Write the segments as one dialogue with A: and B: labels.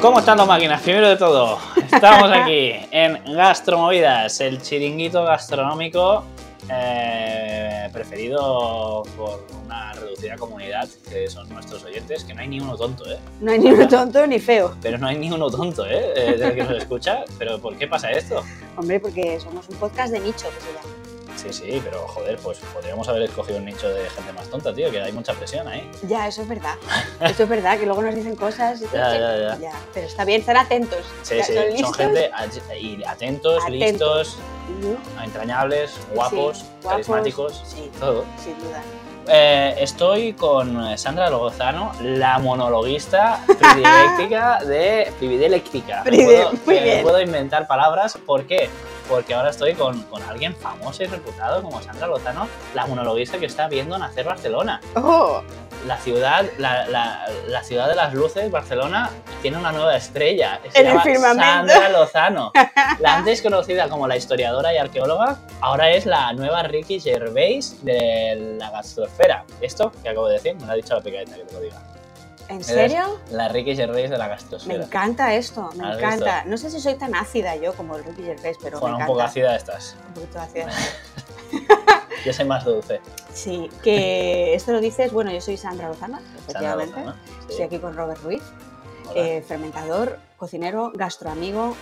A: ¿Cómo están las máquinas? Primero de todo, estamos aquí en Gastromovidas, el chiringuito gastronómico eh, preferido por una reducida comunidad que son nuestros oyentes, que no hay ni uno tonto, ¿eh?
B: No hay ni uno tonto ni feo.
A: Pero no hay ni uno tonto, ¿eh? Eh, Del que nos escucha. ¿Pero por qué pasa esto?
B: Hombre, porque somos un podcast de nicho, que se llama.
A: Sí, sí, pero joder, pues podríamos haber escogido un nicho de gente más tonta, tío, que hay mucha presión ahí.
B: Ya, eso es verdad. Eso es verdad, que luego nos dicen cosas. y
A: Ya,
B: sí,
A: ya, ya.
B: Pero está bien, están atentos.
A: Sí,
B: Ya,
A: sí,
B: son
A: son,
B: listos.
A: gente at- y atentos,
B: Atentos.
A: listos,
B: Ujú,
A: entrañables, guapos,
B: Sí, guapos,
A: carismáticos,
B: sí.
A: todo.
B: Sin duda.
A: Eh, estoy con eh, Sandra Logozano, la monologuista priviléctica de Priviléctica. Me
B: Privi-
A: puedo-
B: muy
A: eh, me
B: bien.
A: puedo inventar palabras. ¿Por qué? Porque ahora estoy con, con alguien famoso y reputado como Sandra Lozano, la monologuista que está viendo nacer Barcelona.
B: ¡Oh!
A: La ciudad, la, la- la ciudad de las luces, Barcelona, tiene una nueva estrella. Se
B: En el
A: llama
B: firmamento.
A: Sandra Lozano. La antes conocida como la historiadora y arqueóloga, ahora es la nueva Ricky Gervais de la gastrosfera. Esto que acabo de decir, me lo ha dicho la picadita que te lo diga.
B: ¿En serio?
A: La Ricky Gervais de la
B: Me
A: gastrosfera.
B: encanta esto, me
A: ¿Has
B: encanta. No sé si soy tan ácida yo como el Ricky Gervais, pero
A: Bueno,
B: me
A: un poco
B: encanta.
A: ácida estás.
B: Un poquito ácida.
A: Yo soy más dulce.
B: Sí, que esto lo dices, bueno, yo soy Sandra Lozano,
A: Sandra
B: efectivamente.
A: Lozano. Sí,
B: Estoy aquí con Robert Ruiz,
A: hola.
B: eh, fermentador, cocinero, gastroamigo,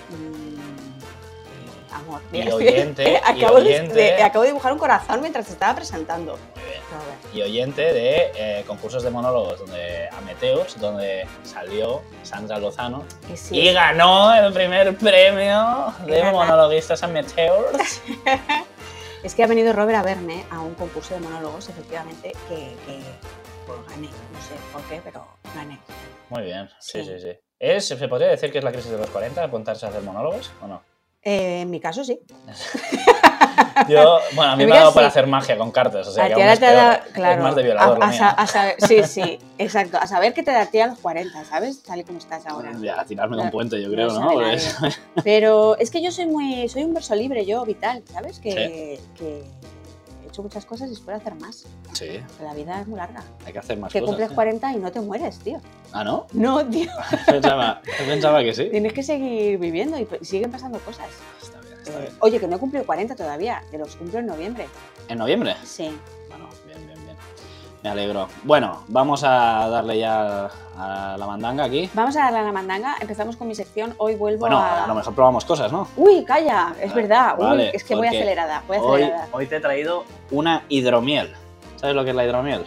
B: mm, amor.
A: Y
B: Mira,
A: oyente, y
B: acabo, de-
A: oyente.
B: de- acabo de dibujar un corazón mientras te estaba presentando.
A: Muy bien.
B: Robert.
A: y oyente de eh, concursos de monólogos donde Ameteos, donde salió Sandra Lozano
B: Que sí.
A: y ganó el primer premio de
B: Gana.
A: monologuistas Ameteos.
B: Es que ha venido Robert a verme a un concurso de monólogos, efectivamente, que, que, bueno, gané. No sé por qué, pero gané.
A: Muy bien, sí, sí,
B: Sí.
A: sí. ¿Es, ¿Se podría decir que es la crisis de los 40 apuntarse a hacer monólogos o no?
B: Eh, en mi caso, sí.
A: Yo, bueno, a mí
B: En
A: me
B: mi
A: ha dado
B: caso,
A: para
B: sí.
A: hacer magia con cartas, o sea
B: a
A: que
B: ti
A: aún
B: ahora
A: es,
B: te ha
A: peor.
B: dado- claro,
A: es más de violador.
B: a-
A: lo
B: a
A: mío.
B: sa- a saber- sí, sí, exacto. A saber qué te da a ti a los 40, ¿sabes? Tal y como estás ahora.
A: Ya, tirarme de un
B: No,
A: puente, yo creo,
B: no
A: ¿no?
B: sabe
A: Porque
B: nadie.
A: es-
B: Pero es que yo soy muy, soy un verso libre, yo, vital, ¿sabes? Que, que he hecho muchas cosas y espero hacer más.
A: Sí,
B: porque La vida es muy larga.
A: hay que hacer más
B: que
A: cosas.
B: cumples
A: ¿eh?
B: 40 y no te mueres, tío.
A: Ah, ¿no?
B: No, tío.
A: Pensaba, pensaba que sí.
B: Tienes que seguir viviendo y p- siguen pasando cosas.
A: Está bien, está
B: Eh,
A: bien.
B: oye, que no he cumplido 40 todavía, que los cumplo en noviembre.
A: ¿En noviembre?
B: Sí.
A: Bueno, bien, bien, bien. Me alegro. Bueno, vamos a darle ya a la mandanga aquí.
B: Vamos a darle a la mandanga. Empezamos con mi sección. Hoy vuelvo
A: Bueno,
B: a.
A: a lo mejor probamos cosas, ¿no? Ah,
B: Uy, calla, es verdad. Uy,
A: Vale,
B: es que voy
A: porque
B: acelerada, voy
A: Hoy,
B: acelerada.
A: hoy te he traído una hidromiel. ¿Sabes lo que es la hidromiel?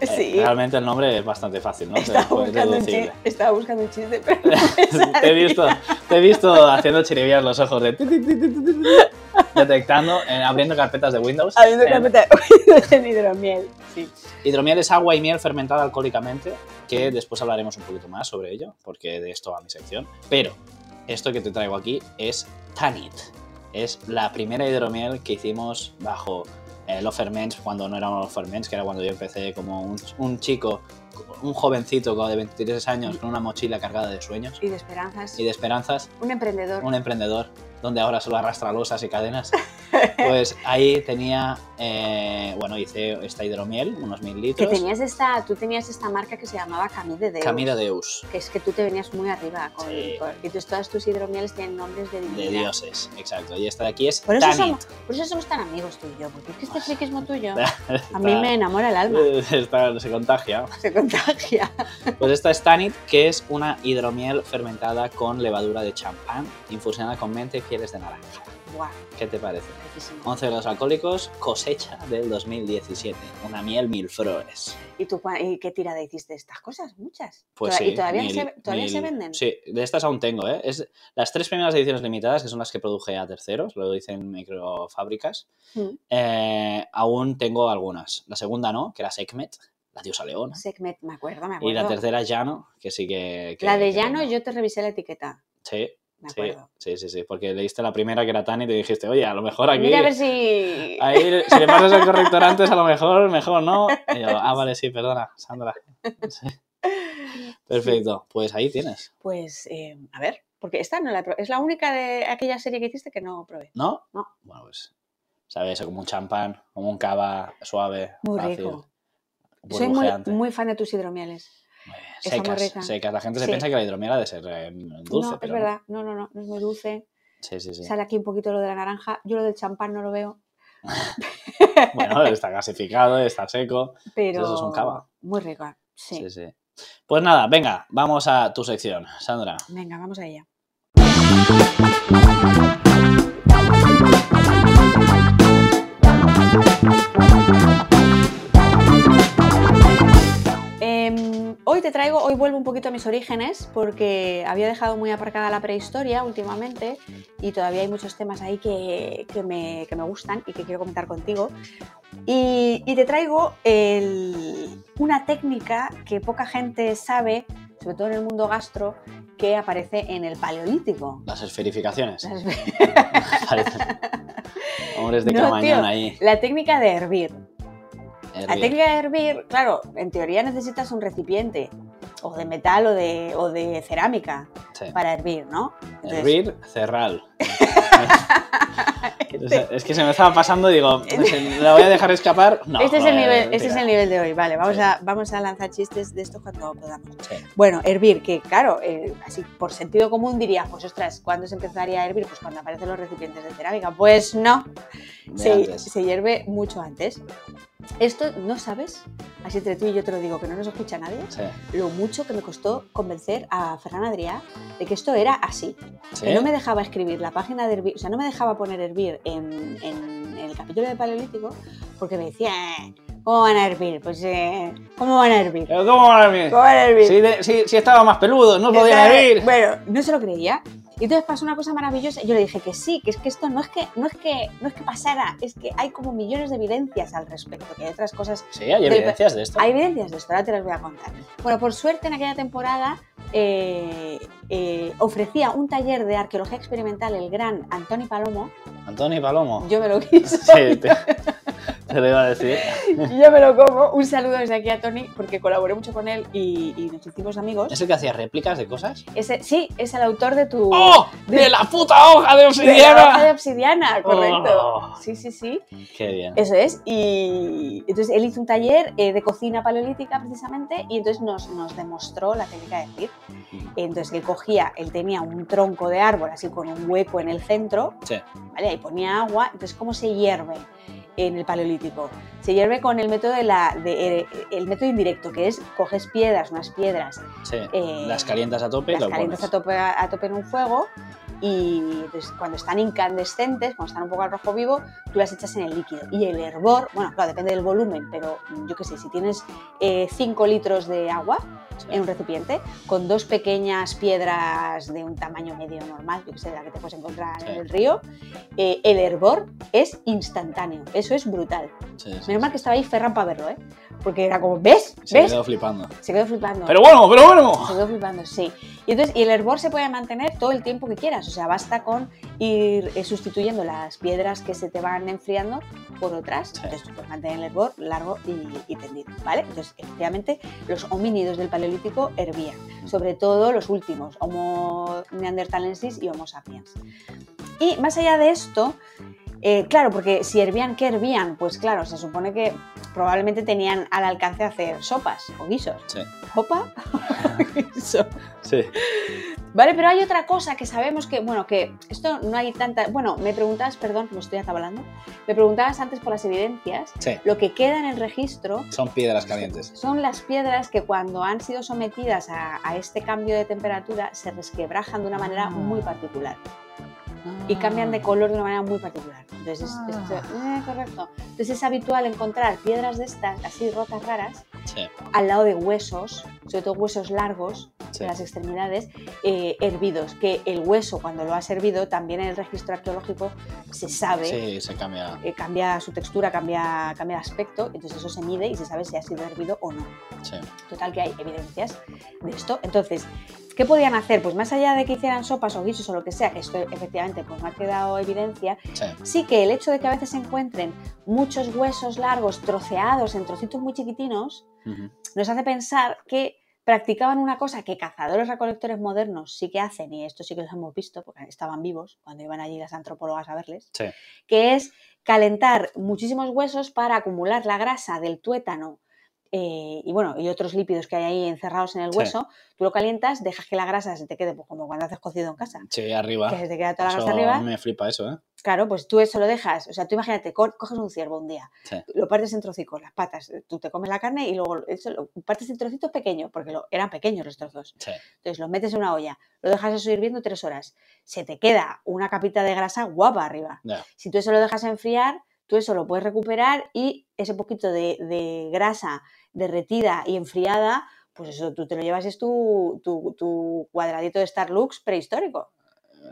A: Eh,
B: sí,
A: realmente el nombre es bastante fácil, ¿no?
B: estaba,
A: Pero es
B: buscando un
A: deducible.
B: chiste, estaba buscando un chiste, pero no me
A: te, he
B: salía.
A: visto, te he visto haciendo chiriviar los ojos de... ti, ti, ti, ti, ti, ti, Detectando, eh, abriendo carpetas de Windows.
B: Habiendo
A: Eh,
B: carpeta de en hidromiel. Sí.
A: Hidromiel es agua y miel fermentada alcohólicamente, que después hablaremos un poquito más sobre ello, porque de esto va mi sección. Pero esto que te traigo aquí es Tanit. Es la primera hidromiel que hicimos bajo eh, los ferments, cuando no éramos los ferments, que era cuando yo empecé como un, un chico, un jovencito como de 23 años, con una mochila cargada de sueños
B: Y de esperanzas.
A: y de esperanzas,
B: Un emprendedor.
A: un emprendedor donde ahora solo arrastra losas y cadenas. Pues ahí tenía, eh, bueno, hice esta hidromiel, unos mil
B: Que
A: litros.
B: tenías esta, tú tenías esta marca que se llamaba Camí de Deus.
A: Camila Deus,
B: Que es que tú te venías muy arriba con,
A: Sí.
B: con- y tus, todas tus hidromieles tienen nombres de
A: de
B: divinidad.
A: dioses, exacto. Y esta de aquí es
B: Por eso,
A: Tanit.
B: somos, por eso somos tan amigos tú y yo, porque es que este friquismo tuyo
A: Está-
B: a mí me enamora el alma,
A: está- se contagia.
B: se contagia.
A: Pues esta es Tanit, que es una hidromiel fermentada con levadura de champán, infusionada con mente y pieles de naranja.
B: Buah,
A: ¿Qué te parece?
B: riquísimo.
A: 11 grados alcohólicos, cosecha del 2017. Una miel mil flores.
B: ¿Y tú cua- y qué tirada hiciste de estas cosas? Muchas.
A: Pues
B: Toda-
A: sí,
B: ¿Y todavía,
A: mil-
B: se, todavía se
A: mil-
B: venden?
A: Sí, de estas aún tengo, ¿eh? Es, las tres primeras ediciones limitadas, que son las que produje a terceros, lo dicen microfábricas,
B: Mm.
A: eh, aún tengo algunas. La segunda no, que era Sekhmet, la diosa leona.
B: Sekhmet, me acuerdo, me acuerdo.
A: Y la tercera, Llano, que sí que... que-
B: La de
A: que
B: Llano,
A: tengo.
B: yo te revisé la etiqueta,
A: Sí,
B: me
A: sí,
B: acuerdo.
A: sí, sí, sí, porque leíste la primera que era Tan y te dijiste, oye, a lo mejor aquí...
B: Mira a ver si...
A: Ahí, si le pasas el corrector antes, a lo mejor, mejor, ¿no? Y yo, ah, vale, sí, perdona, Sandra. Sí. Perfecto, pues ahí tienes,
B: Pues, eh, a ver, porque esta no la he pro- es la única de aquella serie que hiciste que no probé.
A: ¿no?
B: No.
A: Bueno, pues, ¿sabes? Como un champán, como un cava suave,
B: Muy
A: fácil,
B: rico. Soy muy,
A: burbujeante.
B: muy fan de tus hidromieles. Está muy rica.
A: secas, secas. La gente se
B: Sí.
A: piensa que la hidromiel ha de ser eh, dulce,
B: no, es
A: pero no.
B: verdad. No, no, no, no es muy dulce.
A: Sí, sí, sí.
B: Sale aquí un poquito lo de la naranja. Yo lo del champán no lo veo,
A: Bueno, está gasificado, está seco.
B: pero.
A: Pues es un cava.
B: Muy rica. Sí.
A: Sí, sí. Pues nada, venga, vamos a tu sección, Sandra.
B: Venga, vamos a ella. Em, hoy te traigo, hoy vuelvo un poquito a mis orígenes porque había dejado muy aparcada la prehistoria últimamente y todavía hay muchos temas ahí que, que me, que me gustan y que quiero comentar contigo. Y, y te traigo el- una técnica que poca gente sabe, sobre todo en el mundo gastro, que aparece en el Paleolítico.
A: Las esferificaciones.
B: Las-
A: Parecen hombres de
B: No,
A: Cramañón
B: tío.
A: ahí.
B: La técnica de hervir. La
A: hervir.
B: técnica de hervir, claro, en teoría necesitas un recipiente, o de metal o de, o de cerámica,
A: Sí.
B: para hervir, ¿no? Entonces,
A: Hervir, cerral. O sea, es que se me estaba pasando y digo, ¿se- ¿la voy a dejar escapar? No.
B: este es,
A: lo
B: el
A: voy a
B: nivel, este es
A: tirar.
B: el nivel de hoy, vale, vamos,
A: Sí.
B: a, vamos a lanzar chistes de esto cuando podamos.
A: Sí.
B: Bueno, hervir, que claro, eh, así por sentido común dirías, pues ostras, ¿cuándo se empezaría a hervir? Pues cuando aparecen los recipientes de cerámica. Pues no,
A: De
B: se,
A: antes.
B: se hierve mucho antes. Esto no sabes, así entre tú y yo te lo digo, que no nos escucha nadie,
A: Sí.
B: lo mucho que me costó convencer a Ferran Adrià de que esto era así.
A: Sí.
B: Que no me dejaba escribir la página de hervir, o sea, no me dejaba poner hervir en, en el capítulo de Paleolítico porque me decía, "Eh, ¿cómo van a hervir? Pues, eh, ¿cómo van a hervir?
A: Pero ¿Cómo va a hervir?
B: ¿Cómo van a hervir?
A: Si, de- si- si estaba más peludo, no podía
B: Entonces,
A: hervir.
B: Bueno, no se lo creía. Y entonces pasó una cosa maravillosa. Yo le dije que sí, que es que esto no es que, no es que, no es que pasara, es que hay como millones de evidencias al respecto, que hay otras cosas.
A: Sí, hay
B: del-
A: evidencias de esto.
B: Hay evidencias de esto, ahora te las voy a contar. Bueno, por suerte en aquella temporada eh, eh, ofrecía un taller de arqueología experimental el gran Antoni Palomo.
A: Antonio Palomo.
B: Yo me lo quise.
A: Sí, te, te lo iba a decir.
B: Yo me lo como. Un saludo desde aquí a Tony, porque colaboré mucho con él y, y nos hicimos amigos.
A: ¿Es el que hacía réplicas de cosas?
B: Ese, sí, es el autor de tu.
A: ¡Oh! ¡De la puta hoja de
B: de la hoja
A: obsidiana!
B: de obsidiana, correcto.
A: Oh,
B: Sí, sí, sí.
A: ¡Qué bien!
B: Eso es. Y entonces él hizo un taller eh, de cocina paleolítica precisamente y entonces nos, nos demostró la técnica de hervir. Entonces él cogía, él tenía un tronco de árbol así con un hueco en el centro,
A: Sí.
B: ¿vale? Ahí ponía agua. Entonces, ¿cómo se hierve en el paleolítico? Se hierve con el método, de la, de, eh, el método indirecto, que es coges piedras, unas piedras,
A: Sí.
B: eh,
A: Las calientas a tope y
B: las
A: lo
B: calientas
A: pones.
B: a tope, a tope en un fuego y entonces, cuando están incandescentes, cuando están un poco al rojo vivo, tú las echas en el líquido. Y el hervor, bueno, claro, depende del volumen, pero mm, yo qué sé, si tienes 5 litros de agua
A: Sí.
B: en un recipiente con dos pequeñas piedras de un tamaño medio normal, yo qué sé, la que te puedes encontrar
A: Sí.
B: en el río, eh, el hervor es instantáneo. Eso es brutal.
A: Sí, sí,
B: Menos mal que
A: sí.
B: estaba ahí Ferran para verlo, ¿eh? Porque era como, ¿ves?
A: Se
B: ¿Ves?
A: quedó flipando.
B: Se quedó flipando.
A: Pero bueno, pero bueno.
B: Se quedó flipando, sí. Y, entonces, y el hervor se puede mantener todo el tiempo que quieras. O sea, basta con ir eh, sustituyendo las piedras que se te van enfriando por otras.
A: Sí.
B: Entonces, tú puedes mantener el hervor largo y, y tendido, ¿vale? Entonces, efectivamente, los homínidos del Paleolítico hervían. Sobre todo los últimos, Homo neanderthalensis y Homo sapiens. Y más allá de esto, eh, claro, porque si hervían, ¿qué hervían? Pues claro, se supone que probablemente tenían al alcance hacer sopas o guisos.
A: Sí.
B: ¿Sopa? Guiso.
A: Sí.
B: Vale, pero hay otra cosa que sabemos que, bueno, que esto no hay tanta... Bueno, me preguntabas, perdón, que me estoy atabalando, me preguntabas antes por las evidencias,
A: Sí.
B: lo que queda en el registro
A: Son piedras calientes.
B: son las piedras que cuando han sido sometidas a, a este cambio de temperatura se resquebrajan de una
A: Ah.
B: manera muy particular y cambian de color de una manera muy particular. Entonces, es- es-
A: Ah.
B: eh, correcto. Entonces es habitual encontrar piedras de estas, así rotas raras,
A: Sí,
B: al lado de huesos, sobre todo huesos largos,
A: sí.
B: de las extremidades, eh, hervidos, que el hueso cuando lo has hervido, también en el registro arqueológico se sabe.
A: Sí, se cambia.
B: eh, cambia su textura, cambia, cambia de aspecto, entonces eso se mide y se sabe si ha sido hervido o no.
A: Sí.
B: Total que hay evidencias de esto. Entonces, ¿qué podían hacer? Pues más allá de que hicieran sopas o guisos o lo que sea, que esto efectivamente pues no ha quedado evidencia,
A: Sí.
B: sí que el hecho de que a veces se encuentren muchos huesos largos troceados en trocitos muy chiquitinos
A: Ujú.
B: nos hace pensar que practicaban una cosa que cazadores recolectores modernos sí que hacen, y esto sí que los hemos visto porque estaban vivos cuando iban allí las antropólogas a verles,
A: Sí.
B: que es calentar muchísimos huesos para acumular la grasa del tuétano eh, y bueno, y otros lípidos que hay ahí encerrados en el
A: Sí.
B: hueso, tú lo calientas, dejas que la grasa se te quede, pues como cuando haces cocido en casa,
A: Sí, arriba.
B: que se te queda toda la
A: Eso
B: grasa arriba.
A: Me flipa eso, ¿eh?
B: Claro, pues tú eso lo dejas. O sea, tú imagínate, co- coges un ciervo un día,
A: Sí.
B: lo partes en trocitos, las patas, eh, tú te comes la carne y luego eso lo partes en trocitos pequeños, porque lo- eran pequeños los trozos.
A: Sí.
B: Entonces los metes en una olla, lo dejas eso hirviendo tres horas. Se te queda una capita de grasa guapa arriba.
A: Ya.
B: Si tú eso lo dejas enfriar, tú eso lo puedes recuperar y ese poquito de, de grasa derretida y enfriada, pues eso tú te lo llevas, es tu, tu- tu cuadradito de Starlux prehistórico.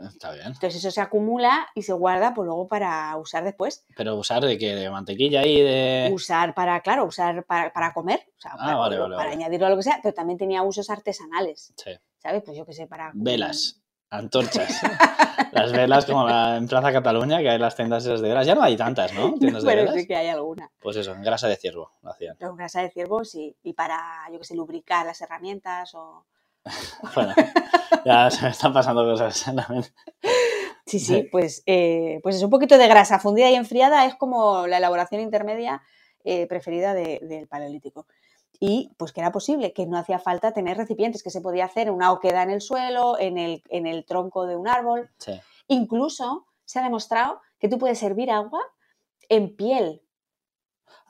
A: Está bien.
B: Entonces eso se acumula y se guarda pues luego para usar después.
A: Pero usar de que de mantequilla y de.
B: Usar para, claro, usar para, para comer, o sea,
A: Eh. Ah,
B: para,
A: vale,
B: para
A: vale, vale.
B: añadirlo a lo que sea, pero también tenía usos artesanales,
A: Sí.
B: ¿sabes? Pues yo qué sé, para...
A: Velas. Antorchas. las velas como la- en Plaza Cataluña, que hay las tiendas esas de velas. Ya no hay tantas, ¿no?
B: No,
A: Tiendas de
B: pero
A: velas.
B: sí que hay alguna.
A: Pues eso, en grasa de ciervo lo hacían.
B: Pero grasa de ciervo sí, y para, yo qué sé, lubricar las herramientas o...
A: Bueno, ya se me están pasando cosas en la mente.
B: Sí, sí,
A: Sí.
B: pues, eh, pues es un poquito de grasa fundida y enfriada, es como la elaboración intermedia eh, preferida de- del paleolítico. Y pues que era posible, que no hacía falta tener recipientes, que se podía hacer en una oqueda en el suelo, en el, en el tronco de un árbol.
A: Sí.
B: Incluso se ha demostrado que tú puedes servir agua en piel,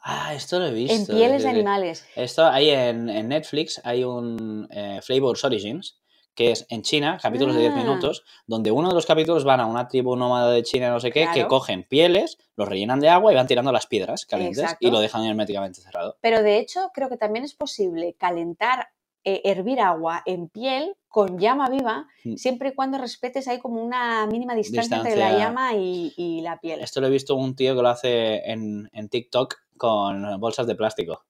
A: Ah, esto lo he visto.
B: en pieles
A: sí,
B: de
A: sí.
B: animales.
A: Esto hay en, en Netflix, hay un eh, Flavors Origins, que es en China, capítulos de 10
B: Ah.
A: minutos, donde uno de los capítulos van a una tribu nómada de China, no sé qué, que
B: Claro.
A: cogen pieles, los rellenan de agua y van tirando las piedras calientes
B: Exacto.
A: y lo dejan herméticamente cerrado.
B: Pero de hecho creo que también es posible calentar, eh, hervir agua en piel con llama viva,
A: Mm.
B: siempre y cuando respetes ahí como una mínima distancia, entre la
A: Distancia.
B: llama y, y la piel.
A: Esto lo he visto un tío que lo hace en, en TikTok con bolsas de plástico.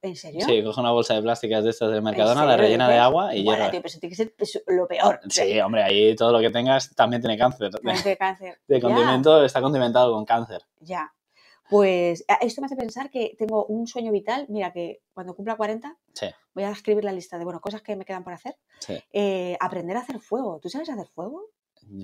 B: ¿En serio?
A: Sí, coge una bolsa de plásticas de estas del
B: ¿En
A: Mercadona, la
B: serio
A: rellena de
B: dices?
A: agua y
B: Buah,
A: hierve.
B: tío, pero eso tiene que ser pues, lo peor. O sea,
A: Sí, hombre, ahí todo lo que tengas también tiene cáncer.
B: no es
A: De,
B: de cáncer.
A: de
B: Pues Ya,
A: condimento está condimentado con cáncer.
B: Ya. Pues a- esto me hace pensar que tengo un sueño vital. Mira, que cuando cumpla 40
A: Sí.
B: voy a escribir la lista de bueno, cosas que me quedan por hacer.
A: Sí.
B: Eh, aprender a hacer fuego. ¿Tú sabes hacer fuego?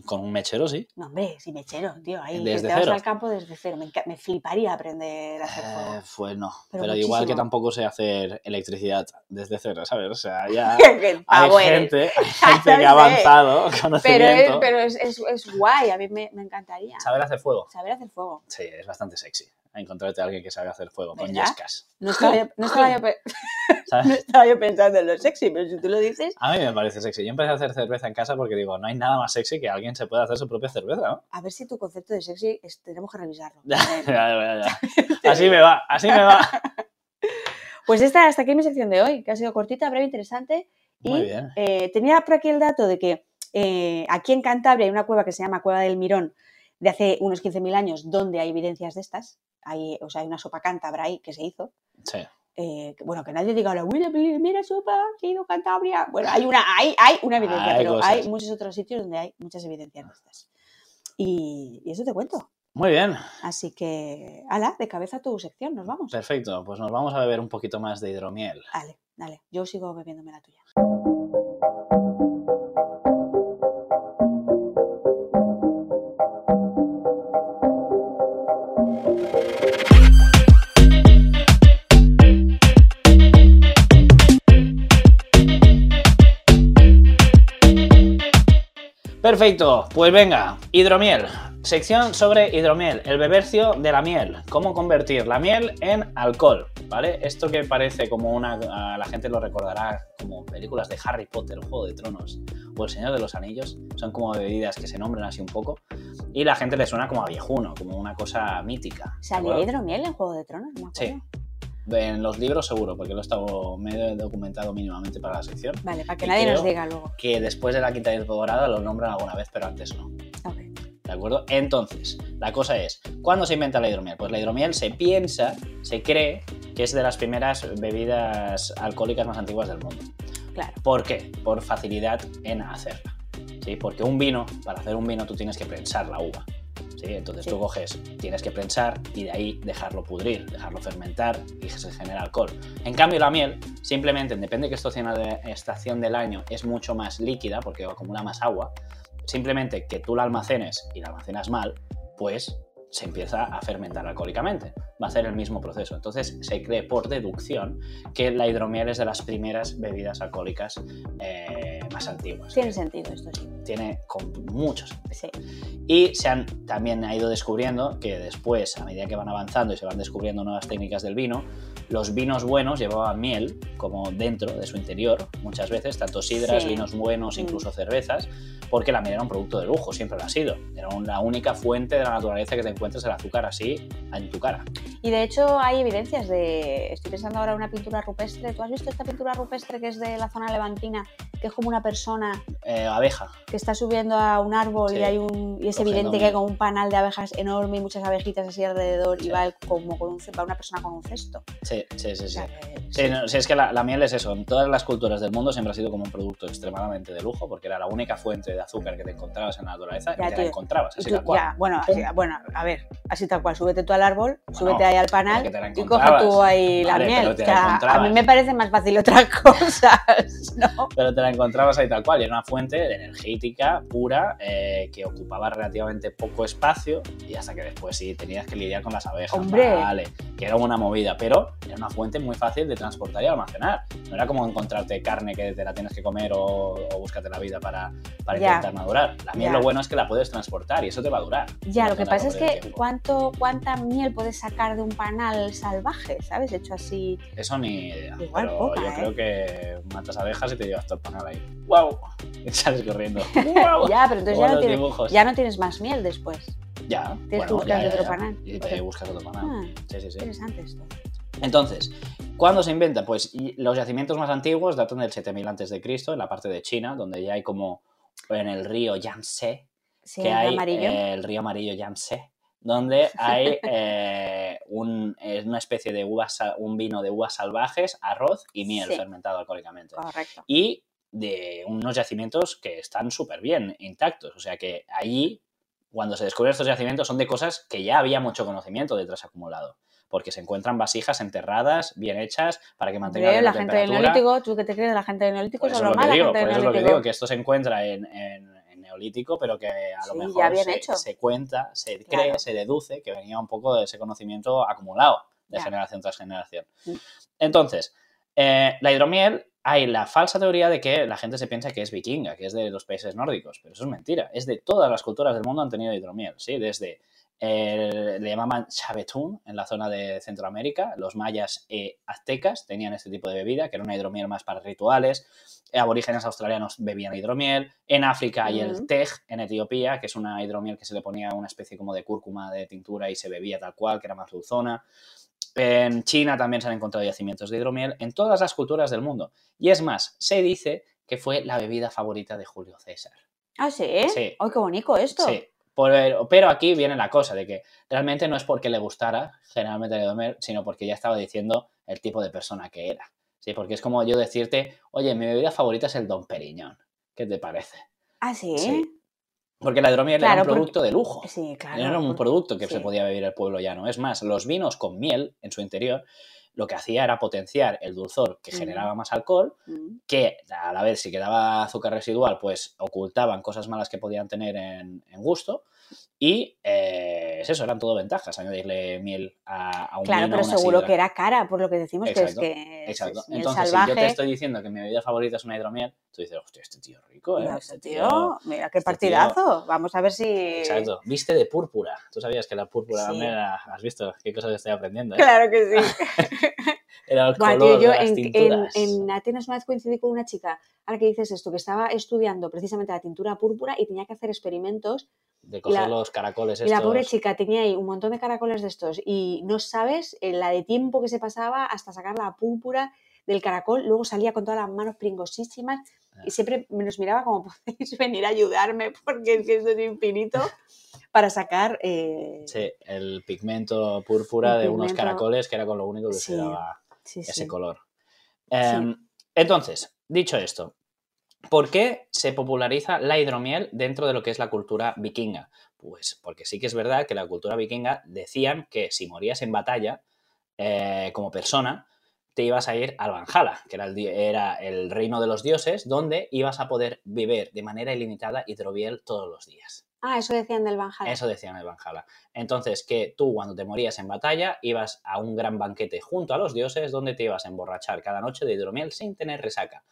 A: Con un mechero, sí.
B: No, hombre, si mechero, tío. Ahí que
A: Desde
B: te vas
A: cero.
B: al campo desde cero. Me, enca- me fliparía aprender a hacer
A: Eh,
B: fuego.
A: pues no,
B: Pero
A: pero, igual que
B: muchísimo.
A: tampoco sé hacer electricidad desde cero, ¿sabes? O sea, ya
B: ¡Qué
A: Eh, hay
B: pavo eres!
A: gente, hay gente que ha
B: Ya lo sé.
A: avanzado
B: Ah, Pero, es,
A: conocimiento.
B: pero es, es- es guay, a mí me, me encantaría
A: Saber hacer fuego.
B: saber hacer fuego.
A: Sí, es bastante sexy. Encontrarte a alguien que sabe hacer fuego con
B: ¿Verdad?
A: yescas.
B: No estaba, yo, no estaba yo pe-
A: ¿sabes?
B: no estaba yo pensando en lo sexy, pero si tú lo dices,
A: A mí me parece sexy. Yo empecé a hacer cerveza en casa porque digo, no hay nada más sexy que alguien se pueda hacer su propia cerveza, ¿no?
B: a ver si tu concepto de sexy es- tenemos que revisarlo.
A: Ya, ya, ya, ya. Así me va, así me va.
B: Pues esta, hasta aquí mi sección de hoy, que ha sido cortita, breve, interesante. Y
A: Muy bien.
B: eh, tenía por aquí el dato de que eh, aquí en Cantabria hay una cueva que se llama Cueva del Mirón, de hace unos 15.000 años, donde hay evidencias de estas. Hay, o sea, hay una sopa cántabra ahí que se hizo.
A: Sí.
B: Eh, que, bueno, que nadie diga, "Hola, mira, mira sopa, que he ido a Cantabria. Bueno, hay una, hay, hay una evidencia,
A: Hay
B: pero
A: cosas.
B: hay muchos otros sitios donde hay muchas evidencias de estas. Y, y eso te cuento.
A: Muy bien,
B: Así que, ala, de cabeza tu sección, nos vamos.
A: perfecto. Pues nos vamos a beber un poquito más de hidromiel.
B: Dale, dale, yo sigo bebiéndome la tuya.
A: Perfecto, pues venga, hidromiel. Sección sobre hidromiel, el bebercio de la miel, cómo convertir la miel en alcohol, ¿vale? Esto que parece como una, a la gente lo recordará como películas de Harry Potter, o Juego de Tronos o El Señor de los Anillos, son como bebidas que se nombran así un poco y la gente le suena como a viejuno, como una cosa mítica. ¿de
B: ¿Salía
A: acuerdo?
B: hidromiel en Juego de Tronos? No me
A: Sí.
B: acuerdo.
A: En los libros seguro, porque lo he estado, me he documentado mínimamente para la sección.
B: Vale, para que
A: Y
B: nadie nos
A: creo-
B: diga luego.
A: Que después de la quinta dorada lo nombran alguna vez, pero antes no.
B: Ok.
A: ¿De acuerdo? Entonces, la cosa es, ¿cuándo se inventa la hidromiel? Pues la hidromiel se piensa, se cree que es de las primeras bebidas alcohólicas más antiguas del mundo.
B: Claro.
A: ¿Por qué? Por facilidad en hacerla. ¿sí? Porque un vino, para hacer un vino tú tienes que prensar la uva. ¿sí? Entonces
B: Sí.
A: tú coges, tienes que prensar y de ahí dejarlo pudrir, dejarlo fermentar y se genera alcohol. En cambio la miel, simplemente, depende de qué estación de- estación del año, es mucho más líquida porque acumula más agua. Simplemente que tú la almacenes y la almacenas mal, pues se empieza a fermentar alcohólicamente. va a hacer el mismo proceso. Entonces se cree por deducción que la hidromiel es de las primeras bebidas alcohólicas eh, más antiguas.
B: Tiene sentido esto, sí.
A: Tiene con mucho sentido.
B: Sí.
A: Y se han, también ha ido descubriendo que después, a medida que van avanzando y se van descubriendo nuevas técnicas del vino, los vinos buenos llevaban miel como dentro de su interior, muchas veces, tanto sidras,
B: Sí. Mm.
A: vinos buenos, incluso cervezas, porque la miel era un producto de lujo, siempre lo ha sido. Era un- la única fuente de la naturaleza que te encuentras el azúcar así en tu cara.
B: Y de hecho hay evidencias de. Estoy pensando ahora en una pintura rupestre. ¿Tú has visto esta pintura rupestre que es de la zona levantina, que es como una persona
A: Eh, abeja,
B: que está subiendo a un árbol
A: Sí.
B: y hay un y es
A: Cogiendo
B: evidente que hay
A: miel.
B: como un panal de abejas enorme y muchas abejitas así alrededor
A: Sí.
B: y va el- como con un ce- va una persona con un cesto.
A: Sí, sí, sí.
B: O
A: sí.
B: sea, que-
A: Sí, no, sí, es que la, la miel es eso. En todas las culturas del mundo siempre ha sido como un producto extremadamente de lujo, porque era la única fuente de azúcar que te encontrabas en la naturaleza
B: Ya,
A: y te la
B: tío.
A: encontrabas,
B: y
A: así
B: tú-
A: tal cual.
B: ya, bueno, así- bueno, a ver, así tal cual, súbete tú al árbol,
A: Bueno,
B: súbete ahí al
A: que
B: panal
A: te la
B: y coge tú
A: encontrabas.
B: ahí la
A: Vale,
B: miel.
A: pero te
B: O
A: la
B: sea, a mí
A: encontrabas.
B: me parecen más fácil otras cosas, ¿no?
A: Pero te la encontrabas ahí tal cual, y era una fuente de energética pura eh, que ocupaba relativamente poco espacio y hasta que después sí tenías que lidiar con las abejas.
B: Hombre.
A: Vale, que era una movida, pero era una fuente muy fácil de transportar y almacenar. No era como encontrarte carne que te la tienes que comer o, o búscate la vida para, para
B: Ya.
A: intentar madurar. La miel
B: Ya.
A: lo bueno es que la puedes transportar y eso te va a durar.
B: Ya,
A: No
B: lo que
A: te
B: pasa
A: va
B: es
A: a perder
B: que
A: tiempo.
B: cuánto, cuánta miel puedes sacar de un panal salvaje, ¿sabes? Hecho así.
A: Eso ni idea.
B: Igual
A: pero
B: poca,
A: yo
B: ¿eh?
A: creo que matas abejas y te llevas todo el panal ahí. ¡Wow! Y sales corriendo. ¡Wow!
B: Ya, pero entonces
A: Como
B: ya no,
A: los
B: tienes,
A: dibujos.
B: ya no tienes más miel después.
A: Ya.
B: que
A: bueno,
B: buscar
A: ya, ya,
B: otro
A: ya.
B: panal.
A: Y
B: O
A: te
B: sea,
A: buscas otro panal.
B: Ah,
A: Sí, sí, sí.
B: interesante esto.
A: Entonces, ¿cuándo se inventa? Pues y los yacimientos más antiguos datan del 7000 antes de Cristo, en la parte de China, donde ya hay como en el río Yangtze,
B: Sí,
A: que hay
B: amarillo.
A: eh, el río amarillo Yangtze, donde hay eh, un- eh, una especie de uvas, sa- un vino de uvas salvajes, arroz y miel
B: Sí.
A: fermentado alcohólicamente
B: Correcto.
A: y de unos yacimientos que están súper bien intactos. O sea que allí, cuando se descubren estos yacimientos, son de cosas que ya había mucho conocimiento detrás acumulado. Porque se encuentran vasijas enterradas, bien hechas, para que mantengan
B: Hombre,
A: bien
B: la
A: la
B: gente del
A: temperatura.
B: neolítico, ¿tú qué te crees de la gente del neolítico?
A: Por eso es
B: Eso lo
A: lo que
B: mala
A: digo,
B: gente
A: por
B: del
A: eso es lo que
B: neolítico.
A: digo, que esto se encuentra en, en- en neolítico, pero que a lo
B: Sí, ya
A: mejor
B: bien
A: se,
B: hecho.
A: se cuenta, se cree,
B: Claro.
A: se deduce que venía un poco de ese conocimiento acumulado de
B: Ya.
A: generación tras generación.
B: Mm.
A: Entonces, eh, la hidromiel, hay la falsa teoría de que la gente se piensa que es vikinga, que es de los países nórdicos, pero eso es mentira. Es de todas las culturas del mundo han tenido hidromiel, ¿sí? Desde el- Eh, le llamaban chabetún en la zona de Centroamérica. Los mayas e aztecas tenían este tipo de bebida, que era una hidromiel más para rituales. Eh, Aborígenes australianos bebían hidromiel. En África hay el
B: Ujú.
A: tej, en Etiopía, que es una hidromiel que se le ponía una especie como de cúrcuma de tintura y se bebía tal cual, que era más dulzona. En China también se han encontrado yacimientos de hidromiel, en todas las culturas del mundo. Y es más, se dice que fue la bebida favorita de Julio César.
B: Ah, sí.
A: Sí.
B: Ay, qué bonito esto.
A: Sí, pero, pero aquí viene la cosa de que realmente no es porque le gustara generalmente de Homer, sino porque ya estaba diciendo el tipo de persona que era. Sí, porque es como yo decirte, oye, mi bebida favorita es el Don Periñón. ¿Qué te parece?
B: Ah, sí.
A: Sí. Porque la hidromiel
B: Claro,
A: era un
B: porque-
A: producto de lujo.
B: Sí, claro.
A: era un
B: porque-
A: producto que
B: sí.
A: se podía beber el pueblo llano. Es más, los vinos con miel en su interior lo que hacía era potenciar el dulzor que
B: Ujú.
A: generaba más alcohol
B: Mm,
A: que a la vez si quedaba azúcar residual, pues ocultaban cosas malas que podían tener en, en gusto. Y eh, es eso, eran todo ventajas, añadirle miel a, a un
B: Claro,
A: vino, a
B: pero
A: una
B: seguro
A: sidra.
B: que era cara, por lo que decimos
A: Exacto,
B: que es que
A: Exacto.
B: es miel
A: Entonces,
B: salvaje.
A: si yo te estoy diciendo que mi bebida favorita es una hidromiel, tú dices, hostia, este tío es rico, ¿eh?
B: Mira,
A: Este
B: este tío, mira
A: este
B: qué
A: tío-
B: partidazo. Vamos a ver si.
A: Exacto. Viste de púrpura. Tú sabías que la púrpura
B: Sí.
A: también era- has visto qué cosas estoy aprendiendo, ¿eh?
B: Claro que sí.
A: Era el
B: Bueno,
A: color
B: tío,
A: de
B: yo
A: las
B: en, en,
A: tinturas.
B: en Atenas una vez coincidí con una chica, ahora que dices esto, que estaba estudiando precisamente la tintura púrpura y tenía que hacer experimentos.
A: De coger
B: la-
A: los caracoles
B: Y
A: estos.
B: la pobre chica tenía ahí un montón de caracoles de estos y no sabes eh, la de tiempo que se pasaba hasta sacar la púrpura del caracol, luego salía con todas las manos pringosísimas
A: Ah.
B: y siempre me nos miraba como podéis venir a ayudarme porque es que esto es infinito para sacar... eh,
A: Sí, el pigmento púrpura
B: El
A: de unos
B: pigmento-
A: caracoles que era con lo único que
B: Sí.
A: se daba
B: sí,
A: ese
B: sí.
A: color. Em, Entonces, dicho esto, ¿por qué se populariza la hidromiel dentro de lo que es la cultura vikinga? Pues porque sí que es verdad que la cultura vikinga decían que si morías en batalla eh, como persona, te ibas a ir al Valhalla, que era el, di- era el reino de los dioses, donde ibas a poder beber de manera ilimitada hidromiel todos los días.
B: Ah, eso decían del Banjala.
A: Eso decían el Banjala. Entonces, que tú cuando te morías en batalla ibas a un gran banquete junto a los dioses donde te ibas a emborrachar cada noche de hidromiel sin tener resaca.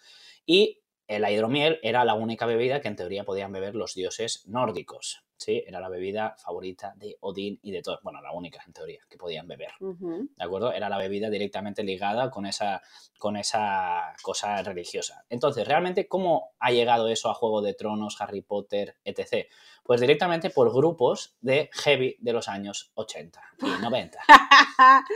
A: Y eh, la hidromiel era la única bebida que en teoría podían beber los dioses nórdicos. ¿sí? Era la bebida favorita de Odín y de Thor. Bueno, la única en teoría que podían beber.
B: Ujú.
A: ¿De acuerdo? Era la bebida directamente ligada con esa, con esa cosa religiosa. Entonces, ¿realmente cómo ha llegado eso a Juego de Tronos, Harry Potter, etc.? Pues directamente por grupos de heavy de los años 80 y 90.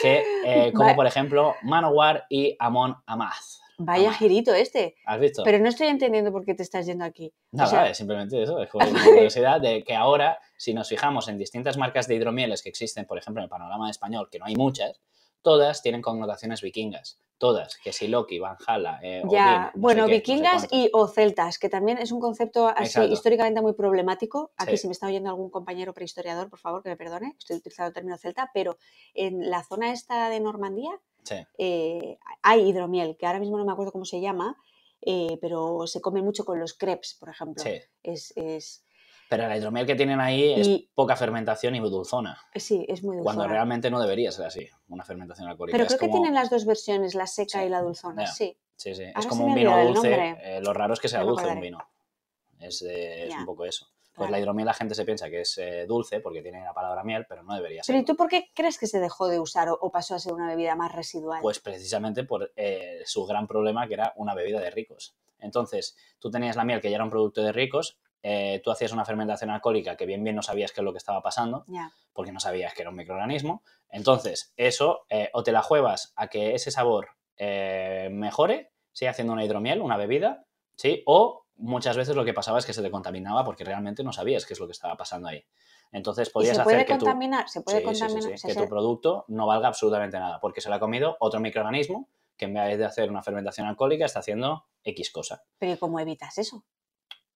A: Que, eh, como
B: Vale.
A: por ejemplo Manowar y Amon Amaz.
B: Vaya girito este.
A: ¿Has visto?
B: Pero no estoy entendiendo por qué te estás yendo aquí. O
A: Nada,
B: sea,
A: es simplemente eso, es como una curiosidad de que ahora, si nos fijamos en distintas marcas de hidromieles que existen, por ejemplo, en el panorama español, que no hay muchas, todas tienen connotaciones vikingas. Todas, que si Loki, Valhalla, eh,
B: Ya,
A: Odín, no sé
B: bueno,
A: qué, no sé
B: vikingas
A: cuánto.
B: y o celtas, que también es un concepto así
A: Exacto.
B: históricamente muy problemático. Aquí
A: Sí.
B: si me está oyendo algún compañero prehistoriador, por favor, que me perdone, estoy utilizando el término celta, pero en la zona esta de Normandía
A: Sí.
B: eh, hay hidromiel, que ahora mismo no me acuerdo cómo se llama, eh, pero se come mucho con los crepes, por ejemplo.
A: Sí,
B: Es, es,
A: pero la hidromiel que tienen ahí es
B: Y-
A: poca fermentación y dulzona,
B: sí, es muy
A: cuando
B: dulzona.
A: realmente no debería ser así, una fermentación alcohólica.
B: Pero
A: es
B: creo que
A: como-
B: tienen las dos versiones, la seca
A: Sí,
B: y la dulzona,
A: ya.
B: sí.
A: Sí, sí. Es
B: Ahora
A: como
B: se me
A: un
B: ha
A: vino
B: olvidado el
A: dulce.
B: nombre.
A: eh, lo raro es que sea
B: Ya me
A: dulce un
B: acordaré.
A: vino. Es, eh, es
B: Ya.
A: un poco eso. Pues la
B: Vale.
A: hidromiel la gente se piensa que es eh, dulce porque tiene la palabra miel, pero no debería
B: Pero
A: ser.
B: ¿y tú por qué crees que se dejó de usar o, o pasó a ser una bebida más residual?
A: Pues precisamente por eh, su gran problema que era una bebida de ricos. Entonces, tú tenías la miel que ya era un producto de ricos, eh, tú hacías una fermentación alcohólica que bien bien no sabías qué es lo que estaba pasando,
B: Ya.
A: porque no sabías que era un microorganismo. Entonces, eso, eh, o te la juegas a que ese sabor eh, mejore, ¿sí? haciendo una hidromiel, una bebida, ¿sí? o muchas veces lo que pasaba es que se te contaminaba porque realmente no sabías qué es lo que estaba pasando ahí. Entonces,
B: Y
A: podías
B: se
A: hacer
B: puede
A: que tu,
B: contaminar, se puede
A: sí, sí, sí,
B: contaminar.
A: sí,
B: o sea,
A: que
B: se-
A: tu producto no valga absolutamente nada, porque se lo ha comido otro microorganismo que en vez de hacer una fermentación alcohólica está haciendo X cosa.
B: Pero ¿y ¿cómo evitas eso?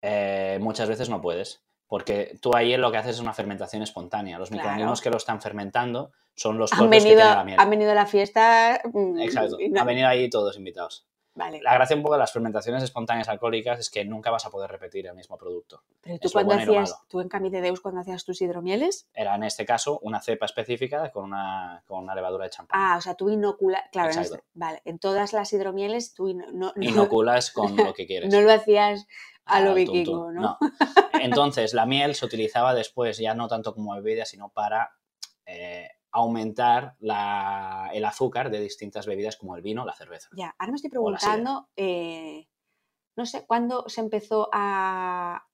A: Eh, muchas veces no puedes, porque tú ahí lo que haces es una fermentación espontánea. Los
B: Claro.
A: microorganismos que lo están fermentando son los
B: Han
A: cuerpos que
B: venido,
A: tiene la miel.
B: han venido a la fiesta. mm,
A: Exacto,
B: y no-
A: han venido ahí todos invitados.
B: Vale.
A: La gracia un poco de las fermentaciones espontáneas alcohólicas es que nunca vas a poder repetir el mismo producto.
B: Pero
A: es
B: tú
A: lo
B: cuando
A: bueno y lo
B: hacías,
A: malo.
B: tú en Cami de Deus cuando hacías tus hidromieles,
A: Era en este caso una cepa específica con una, con una levadura de champán.
B: ah, o sea, tú inoculas, claro, en,
A: Exacto.
B: este- vale, en todas las hidromieles tú ino- no, no-
A: Inoculas con lo que quieres.
B: no lo hacías a lo
A: al tuntún.
B: vikingo, ¿no?
A: Entonces, la miel se utilizaba después ya no tanto como bebida, sino para eh, aumentar la- el azúcar de distintas bebidas como el vino, la cerveza.
B: Ya, ahora me estoy
A: O la sidra.
B: preguntando, eh, no sé, ¿cuándo se empezó a...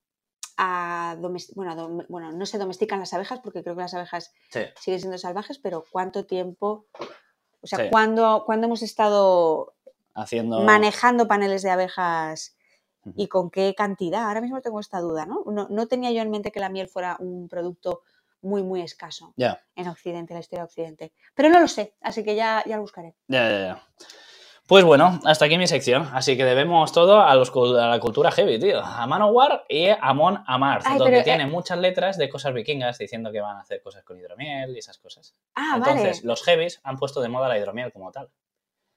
B: a domes- bueno, a dom- bueno, no se domestican las abejas porque creo que las abejas
A: Sí.
B: siguen siendo salvajes, pero ¿cuánto tiempo? O sea,
A: Sí.
B: ¿cuándo, cuándo hemos estado
A: Haciendo...
B: manejando paneles de abejas
A: Ujú.
B: y con qué cantidad? Ahora mismo tengo esta duda, ¿no? No, no tenía yo en mente que la miel fuera un producto muy, muy escaso
A: Ya.
B: en Occidente, en la historia de Occidente. Pero no lo sé, así que ya, ya lo buscaré.
A: Ya, ya, ya. Pues bueno, hasta aquí mi sección. Así que debemos todo a, los, cu- a la cultura heavy, tío. A Manowar y a Amon Amarth,
B: Ay,
A: donde
B: pero, eh.
A: tiene muchas letras de cosas vikingas diciendo que van a hacer cosas con hidromiel y esas cosas.
B: Ah,
A: Entonces,
B: vale.
A: los heavies han puesto de moda la hidromiel como tal.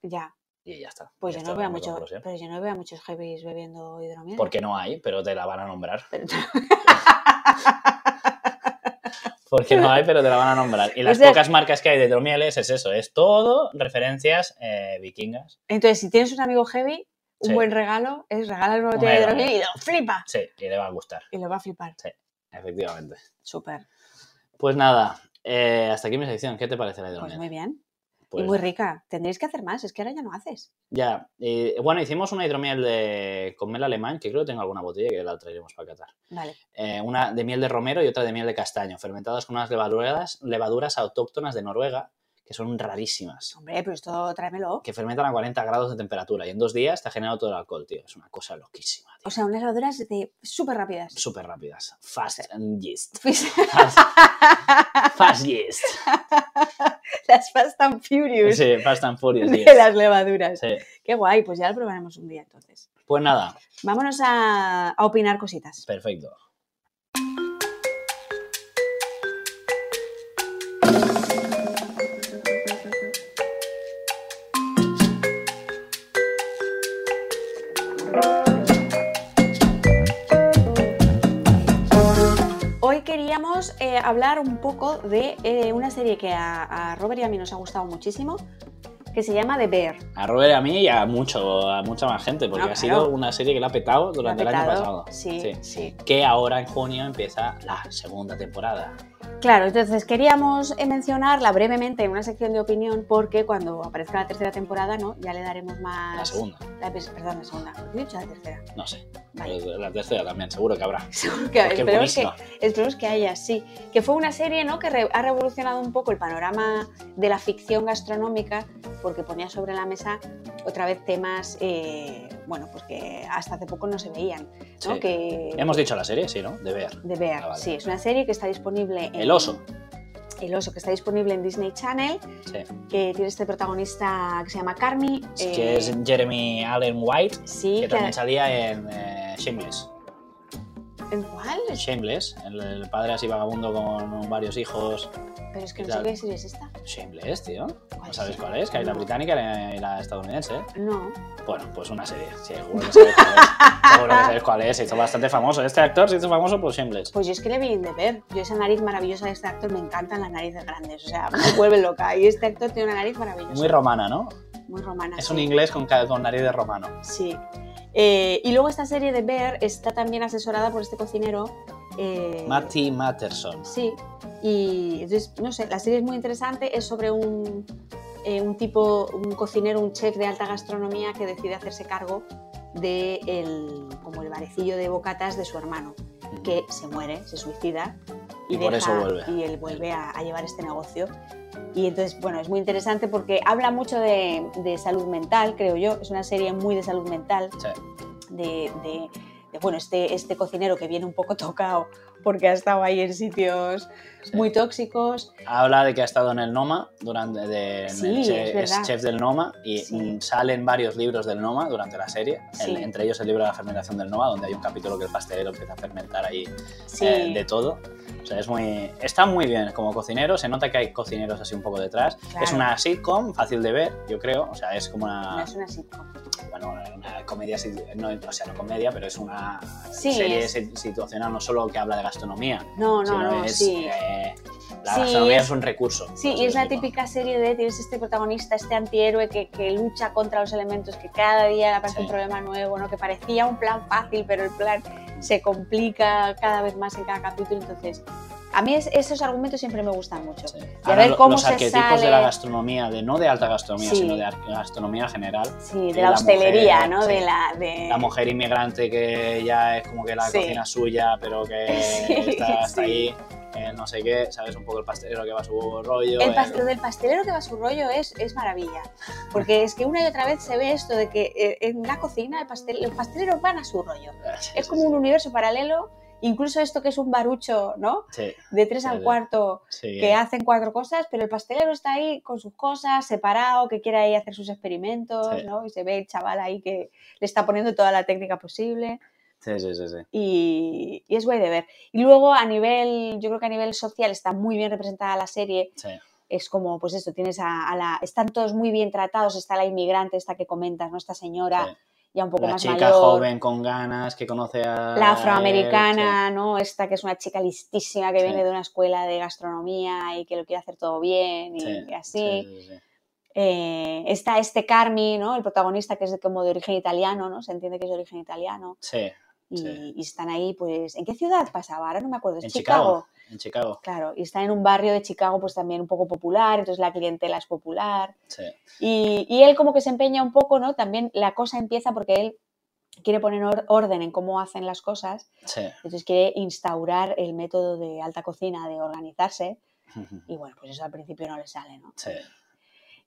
B: Ya.
A: Y ya está.
B: Pues yo
A: Esto
B: no,
A: es
B: veo a
A: mi
B: mucho,
A: conclusión.
B: pero yo no veo a muchos heavies bebiendo hidromiel.
A: Porque no hay, pero te la van a nombrar.
B: ¿Mm? Pero-
A: Porque no hay, pero te la van a nombrar. Y las
B: sea-
A: pocas marcas que hay de hidromieles es eso, es todo referencias eh, vikingas.
B: Entonces, si tienes un amigo heavy, un
A: Sí.
B: buen regalo es regalar una
A: Una
B: botella de
A: hidromiel.
B: hidromiel y lo flipa.
A: Sí, y le va a gustar,
B: Y lo va a flipar.
A: efectivamente.
B: Súper.
A: Pues nada, eh, hasta aquí mi sección. ¿Qué te parece la
B: Pues
A: hidromiel?
B: muy bien.
A: Pues
B: y muy rica. Tendréis que hacer más, es que ahora ya no haces.
A: ya. Y, bueno, hicimos una hidromiel de, con mel alemán, que creo que tengo alguna botella que la traeremos para Qatar.
B: Vale.
A: eh, una de miel de romero y otra de miel de castaño, fermentadas con unas levaduras, levaduras autóctonas de Noruega, que son rarísimas,
B: Hombre, pero esto tráemelo.
A: que fermentan a 40 grados de temperatura y en dos días te ha generado todo el alcohol, tío. Es una cosa loquísima, tío.
B: O sea, unas levaduras de súper rápidas.
A: Súper rápidas. Fast and yeast. Fast,
B: Las
A: fast yeast.
B: Fast and Furious
A: Sí, fast and furious
B: de
A: yeast.
B: las levaduras.
A: Sí.
B: Qué guay, pues ya lo probaremos un día entonces.
A: Pues nada,
B: Vámonos a, a opinar cositas.
A: perfecto.
B: Hoy eh, hablar un poco de eh, una serie que a, a Robert y a mí nos ha gustado muchísimo, que se llama The Bear.
A: A Robert, a mí y a, mucho, a mucha más gente, porque
B: No,
A: ha
B: claro.
A: sido una serie que la ha petado durante
B: La ha
A: el año pasado.
B: petado. Sí, sí,
A: Que ahora en junio empieza la segunda temporada.
B: Claro, entonces queríamos eh, mencionarla brevemente en una sección de opinión porque cuando aparezca la tercera temporada, ¿no? Ya le daremos más...
A: La segunda,
B: la- perdón, la segunda. ¿He dicho la tercera?
A: no sé.
B: Vale.
A: Pero La tercera también, seguro que habrá.
B: Seguro
A: Porque
B: que
A: es
B: esperemos que,
A: buenísima.
B: Esperemos que haya, sí. Que fue una serie ¿no? que re- ha revolucionado un poco el panorama de la ficción gastronómica porque ponía sobre la mesa otra vez temas eh, bueno, pues que hasta hace poco no se veían. ¿no?
A: Sí.
B: Que,
A: Hemos dicho la serie, sí, ¿no? De ver.
B: de ver,
A: Ah, vale.
B: sí. Es una serie que está disponible en...
A: El oso.
B: El oso, que está disponible en Disney Channel,
A: Sí.
B: que tiene este protagonista que se llama Carmi. eh,
A: Que es Jeremy Allen White,
B: Sí,
A: que
B: que-
A: también salía en eh, Shameless.
B: ¿en cuál?
A: Shameless, el, el padre así vagabundo con varios hijos.
B: Pero es que no
A: Claro.
B: sé qué serie es esta.
A: Shameless, tío.
B: ¿Cuál
A: ¿No sabes
B: es?
A: cuál es? Que hay la
B: No.
A: británica y la- y la estadounidense.
B: No.
A: Bueno, pues una serie. Sí, seguro que sabes cuál es. Seguro que sabes cuál es. Se hizo bastante famoso. Este actor se hizo famoso por Shameless.
B: Pues yo es que le vi en ver. Yo esa nariz maravillosa de este actor me encantan las narices grandes, o sea, me vuelve loca. Y este actor tiene una nariz maravillosa,
A: Muy
B: muy,
A: romana, ¿no?
B: romana.
A: Es
B: Ah, sí.
A: un inglés con, ca- con nariz de romano.
B: Sí. Eh, y luego esta serie de Bear está también asesorada por este cocinero. eh,
A: Matty Matterson.
B: Sí. Y entonces, no sé, la serie es muy interesante. Es sobre un, eh, un tipo, un cocinero, un chef de alta gastronomía que decide hacerse cargo de el, como el barecillo de bocatas de su hermano. que se muere, se suicida. Y,
A: Y por
B: deja-
A: eso vuelve.
B: Y él vuelve a, a llevar este negocio. Y entonces, bueno, es muy interesante porque habla mucho de, de salud mental, creo yo. Es una serie muy de salud mental.
A: Sí.
B: De, de- de, bueno, este, este cocinero que viene un poco tocado porque ha estado ahí en sitios
A: Sí. Eh,
B: muy tóxicos.
A: Habla de que ha estado en el Noma, durante de- en
B: Sí,
A: el che-
B: es verdad.
A: chef del Noma, y
B: Sí.
A: mm, salen varios libros del Noma durante la serie,
B: Sí.
A: el- entre ellos el libro de la fermentación del Noma, donde hay un capítulo que el pastelero empieza a fermentar ahí
B: Sí,
A: eh, de todo. O sea, es muy, está muy bien como cocinero, se nota que hay cocineros así un poco detrás.
B: Claro.
A: Es una sitcom fácil de ver, yo creo, o sea, es como
B: no
A: una,
B: es una sitcom.
A: bueno, una comedia, si- no, o sea, no comedia, pero es una
B: Sí,
A: serie
B: es-
A: si- situacional, no solo que habla de gastronomía,
B: No, no,
A: sino
B: no,
A: es,
B: sí.
A: eh, la
B: Sí,
A: gastronomía
B: es-
A: es, un recurso.
B: Sí,
A: por
B: y es la
A: así decirlo.
B: típica serie de tienes este protagonista, este antihéroe que, que lucha contra los elementos, que cada día le aparece
A: Sí.
B: un problema nuevo, ¿no? que parecía un plan fácil, pero el plan se complica cada vez más en cada capítulo. Entonces, a mí es- esos argumentos siempre me gustan mucho.
A: Sí.
B: Y a
A: Ahora,
B: ver
A: lo-
B: cómo
A: los
B: se
A: arquetipos de
B: sale.
A: la gastronomía, de no de alta gastronomía,
B: Sí.
A: sino de ar- gastronomía general.
B: Sí,
A: Sí,
B: de la,
A: la
B: hostelería,
A: mujer,
B: ¿no?
A: sí.
B: De la, de...
A: La mujer inmigrante que ya es como que la
B: Sí.
A: cocina es suya, pero que
B: Sí,
A: está, está
B: sí.
A: ahí, eh, no sé qué, sabes un poco el pastelero que va a su rollo. eh.
B: El
A: el-
B: pas- lo del pastelero que va a su rollo es, es maravilla. Porque es que una y otra vez se ve esto de que eh, en la cocina el pastel, los pasteleros van a su rollo. Es como un universo paralelo. Incluso esto que es un barucho, ¿no?
A: Sí,
B: de tres
A: Sí,
B: al
A: sí.
B: cuarto
A: sí.
B: que hacen cuatro cosas, pero el pastelero está ahí con sus cosas, separado, que quiere ahí hacer sus experimentos,
A: Sí.
B: ¿no? Y se ve el chaval ahí que le está poniendo toda la técnica posible
A: sí, sí, sí, sí.
B: y, y es guay de ver. Y luego a nivel, yo creo que a nivel social está muy bien representada la serie.
A: sí.
B: Es como, pues esto, tienes a, a la... Están todos muy bien tratados, está la inmigrante esta que comentas, ¿no? Esta señora
A: Sí.
B: ya un poco
A: La
B: más
A: chica
B: mayor.
A: joven con ganas que conoce a.
B: La afroamericana, ¿no? Esta que es una chica listísima que
A: Sí.
B: viene de una escuela de gastronomía y que lo quiere hacer todo bien y,
A: Sí,
B: y
A: Sí,
B: así.
A: sí, sí, sí.
B: Eh, está este Carmi, ¿no? El protagonista que es de- como de origen italiano, ¿no? Se entiende que es de origen italiano.
A: Sí,
B: Y,
A: Sí.
B: y están ahí, pues, ¿en qué ciudad pasaba? Ahora no me acuerdo, es
A: en
B: Chicago.
A: Chicago. En Chicago,
B: Claro, y están en un barrio de Chicago, pues también un poco popular, entonces la clientela es popular.
A: sí.
B: Y, y él como que se empeña un poco, ¿no? También la cosa empieza porque él quiere poner or- orden en cómo hacen las cosas
A: sí.
B: Entonces quiere instaurar el método de alta cocina, de organizarse. Y bueno, pues eso al principio no le sale, ¿no?
A: Sí.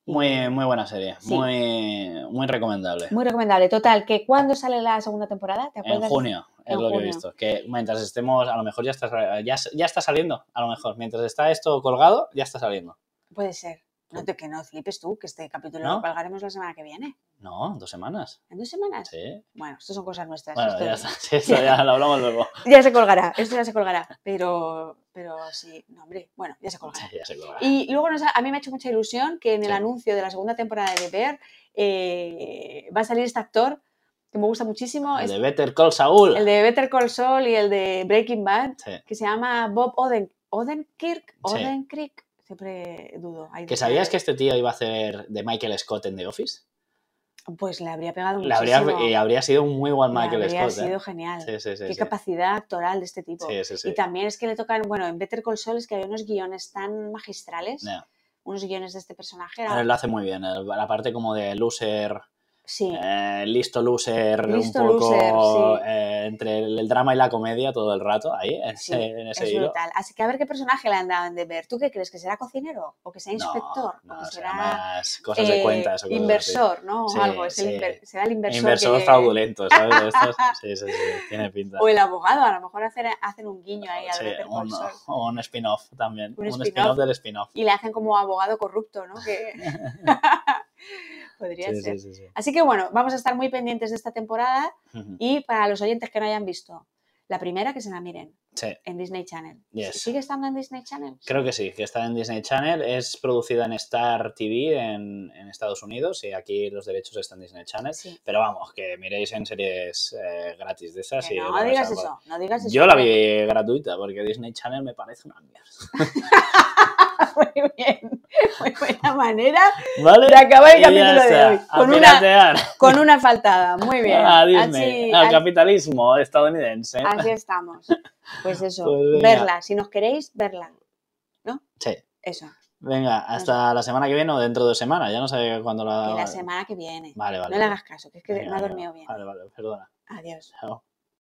B: Y-
A: Muy, muy buena serie,
B: Sí.
A: muy, muy recomendable.
B: Muy recomendable. Total, que ¿cuándo sale la segunda temporada? ¿Te
A: en
B: acuerdas?
A: junio es
B: En
A: lo que he
B: junio.
A: visto. Que mientras estemos, a lo mejor ya está, ya, ya está saliendo, a lo mejor. Mientras está esto colgado, ya está saliendo.
B: Puede ser. No te que no flipes tú, que este capítulo
A: ¿No?
B: lo colgaremos la semana que viene.
A: No, dos semanas.
B: ¿En dos semanas?
A: Sí.
B: Bueno, esto son cosas nuestras.
A: Bueno,
B: Ah, esto-
A: ya está. Sí, eso ya lo hablamos luego.
B: ya se colgará, esto ya se colgará. Pero, pero sí, no, hombre, bueno, ya se colgará.
A: Sí, ya se colgará.
B: Y luego nos ha- a mí me ha hecho mucha ilusión que en el
A: Sí.
B: anuncio de la segunda temporada de Bear eh, va a salir este actor que me gusta muchísimo.
A: El
B: es-
A: de Better Call Saul.
B: el de Better Call Saul y el de Breaking Bad,
A: Sí.
B: que se llama Bob Oden Odenkirk, Odenkirk, siempre dudo. ahí
A: ¿Que
B: de-
A: sabías que este tío iba a hacer de Michael Scott en The Office?
B: Pues le habría pegado
A: Le habría,
B: muchísimo.
A: eh, habría sido un muy buen
B: Le
A: Michael
B: habría
A: Scott.
B: sido
A: ¿eh?
B: genial.
A: Sí, sí, sí.
B: Qué
A: sí.
B: capacidad actoral de este tipo.
A: Sí, sí, sí.
B: Y también es que le tocan, bueno, en Better Call Saul es que había unos guiones tan magistrales,
A: No,
B: unos guiones de este personaje. era-
A: pero lo hace muy bien. el- La parte como de loser,
B: sí,
A: eh, listo loser,
B: Listo
A: un poco
B: loser, sí.
A: eh, entre el, el drama y la comedia todo el rato, ahí, en
B: Sí,
A: ese, en ese
B: es
A: hilo.
B: brutal. Así que a ver qué personaje le han dado en deber. ¿Tú qué crees? ¿Que será cocinero? ¿O que sea
A: No,
B: inspector?
A: no,
B: ¿O que
A: será
B: será
A: más cosas de
B: eh,
A: cuentas. o cosas así.
B: inversor, ¿no? O
A: Sí,
B: algo. es el
A: sí.
B: inver- será el inversor.
A: Inversor
B: que-
A: fraudulento, ¿sabes? De estos. Sí, sí, sí, tiene pinta.
B: O el abogado. A lo mejor hacer- hacen un guiño ahí al
A: Sí,
B: Better Call
A: un,
B: Saul.
A: o un spin-off también.
B: Un
A: Un,
B: spin-off.
A: spin-off del spin-off.
B: Y le hacen como abogado corrupto, ¿no? Que... Podría
A: Sí,
B: ser.
A: sí, sí, sí.
B: Así que bueno, vamos a estar muy pendientes de esta temporada
A: Ujú.
B: y para los oyentes que no hayan visto, la primera que se la miren
A: Sí,
B: en Disney Channel.
A: Yes.
B: ¿Sigue estando en Disney Channel?
A: creo que sí, que está en Disney Channel. Es producida en Star TV en, en Estados Unidos y aquí los derechos están en Disney Channel.
B: Sí.
A: Pero vamos, que miréis en series eh, gratis de esas.
B: Que
A: y lo
B: no
A: vais a
B: digas
A: poder-
B: eso, no digas eso.
A: pues, Yo la vi gratuita porque Disney Channel me parece una mierda.
B: Muy bien, muy buena manera
A: ¿Vale?
B: de acabar el
A: Y ya
B: capítulo de
A: está,
B: hoy.
A: a
B: Con una,
A: piratear.
B: con una faltada, muy bien. Ah.
A: A Disney,
B: Así,
A: al
B: así-
A: capitalismo estadounidense.
B: así estamos. Pues eso,
A: Pues venga.
B: verla, si nos queréis, verla.
A: Sí.
B: Eso,
A: Venga, hasta la semana que viene o dentro de semana. Ya no sé cuándo la.
B: que la semana que viene.
A: Vale, vale.
B: No le hagas caso, que es que
A: Venga,
B: no ha
A: venga.
B: dormido bien.
A: Vale, vale, perdona.
B: Adiós.
A: Chao.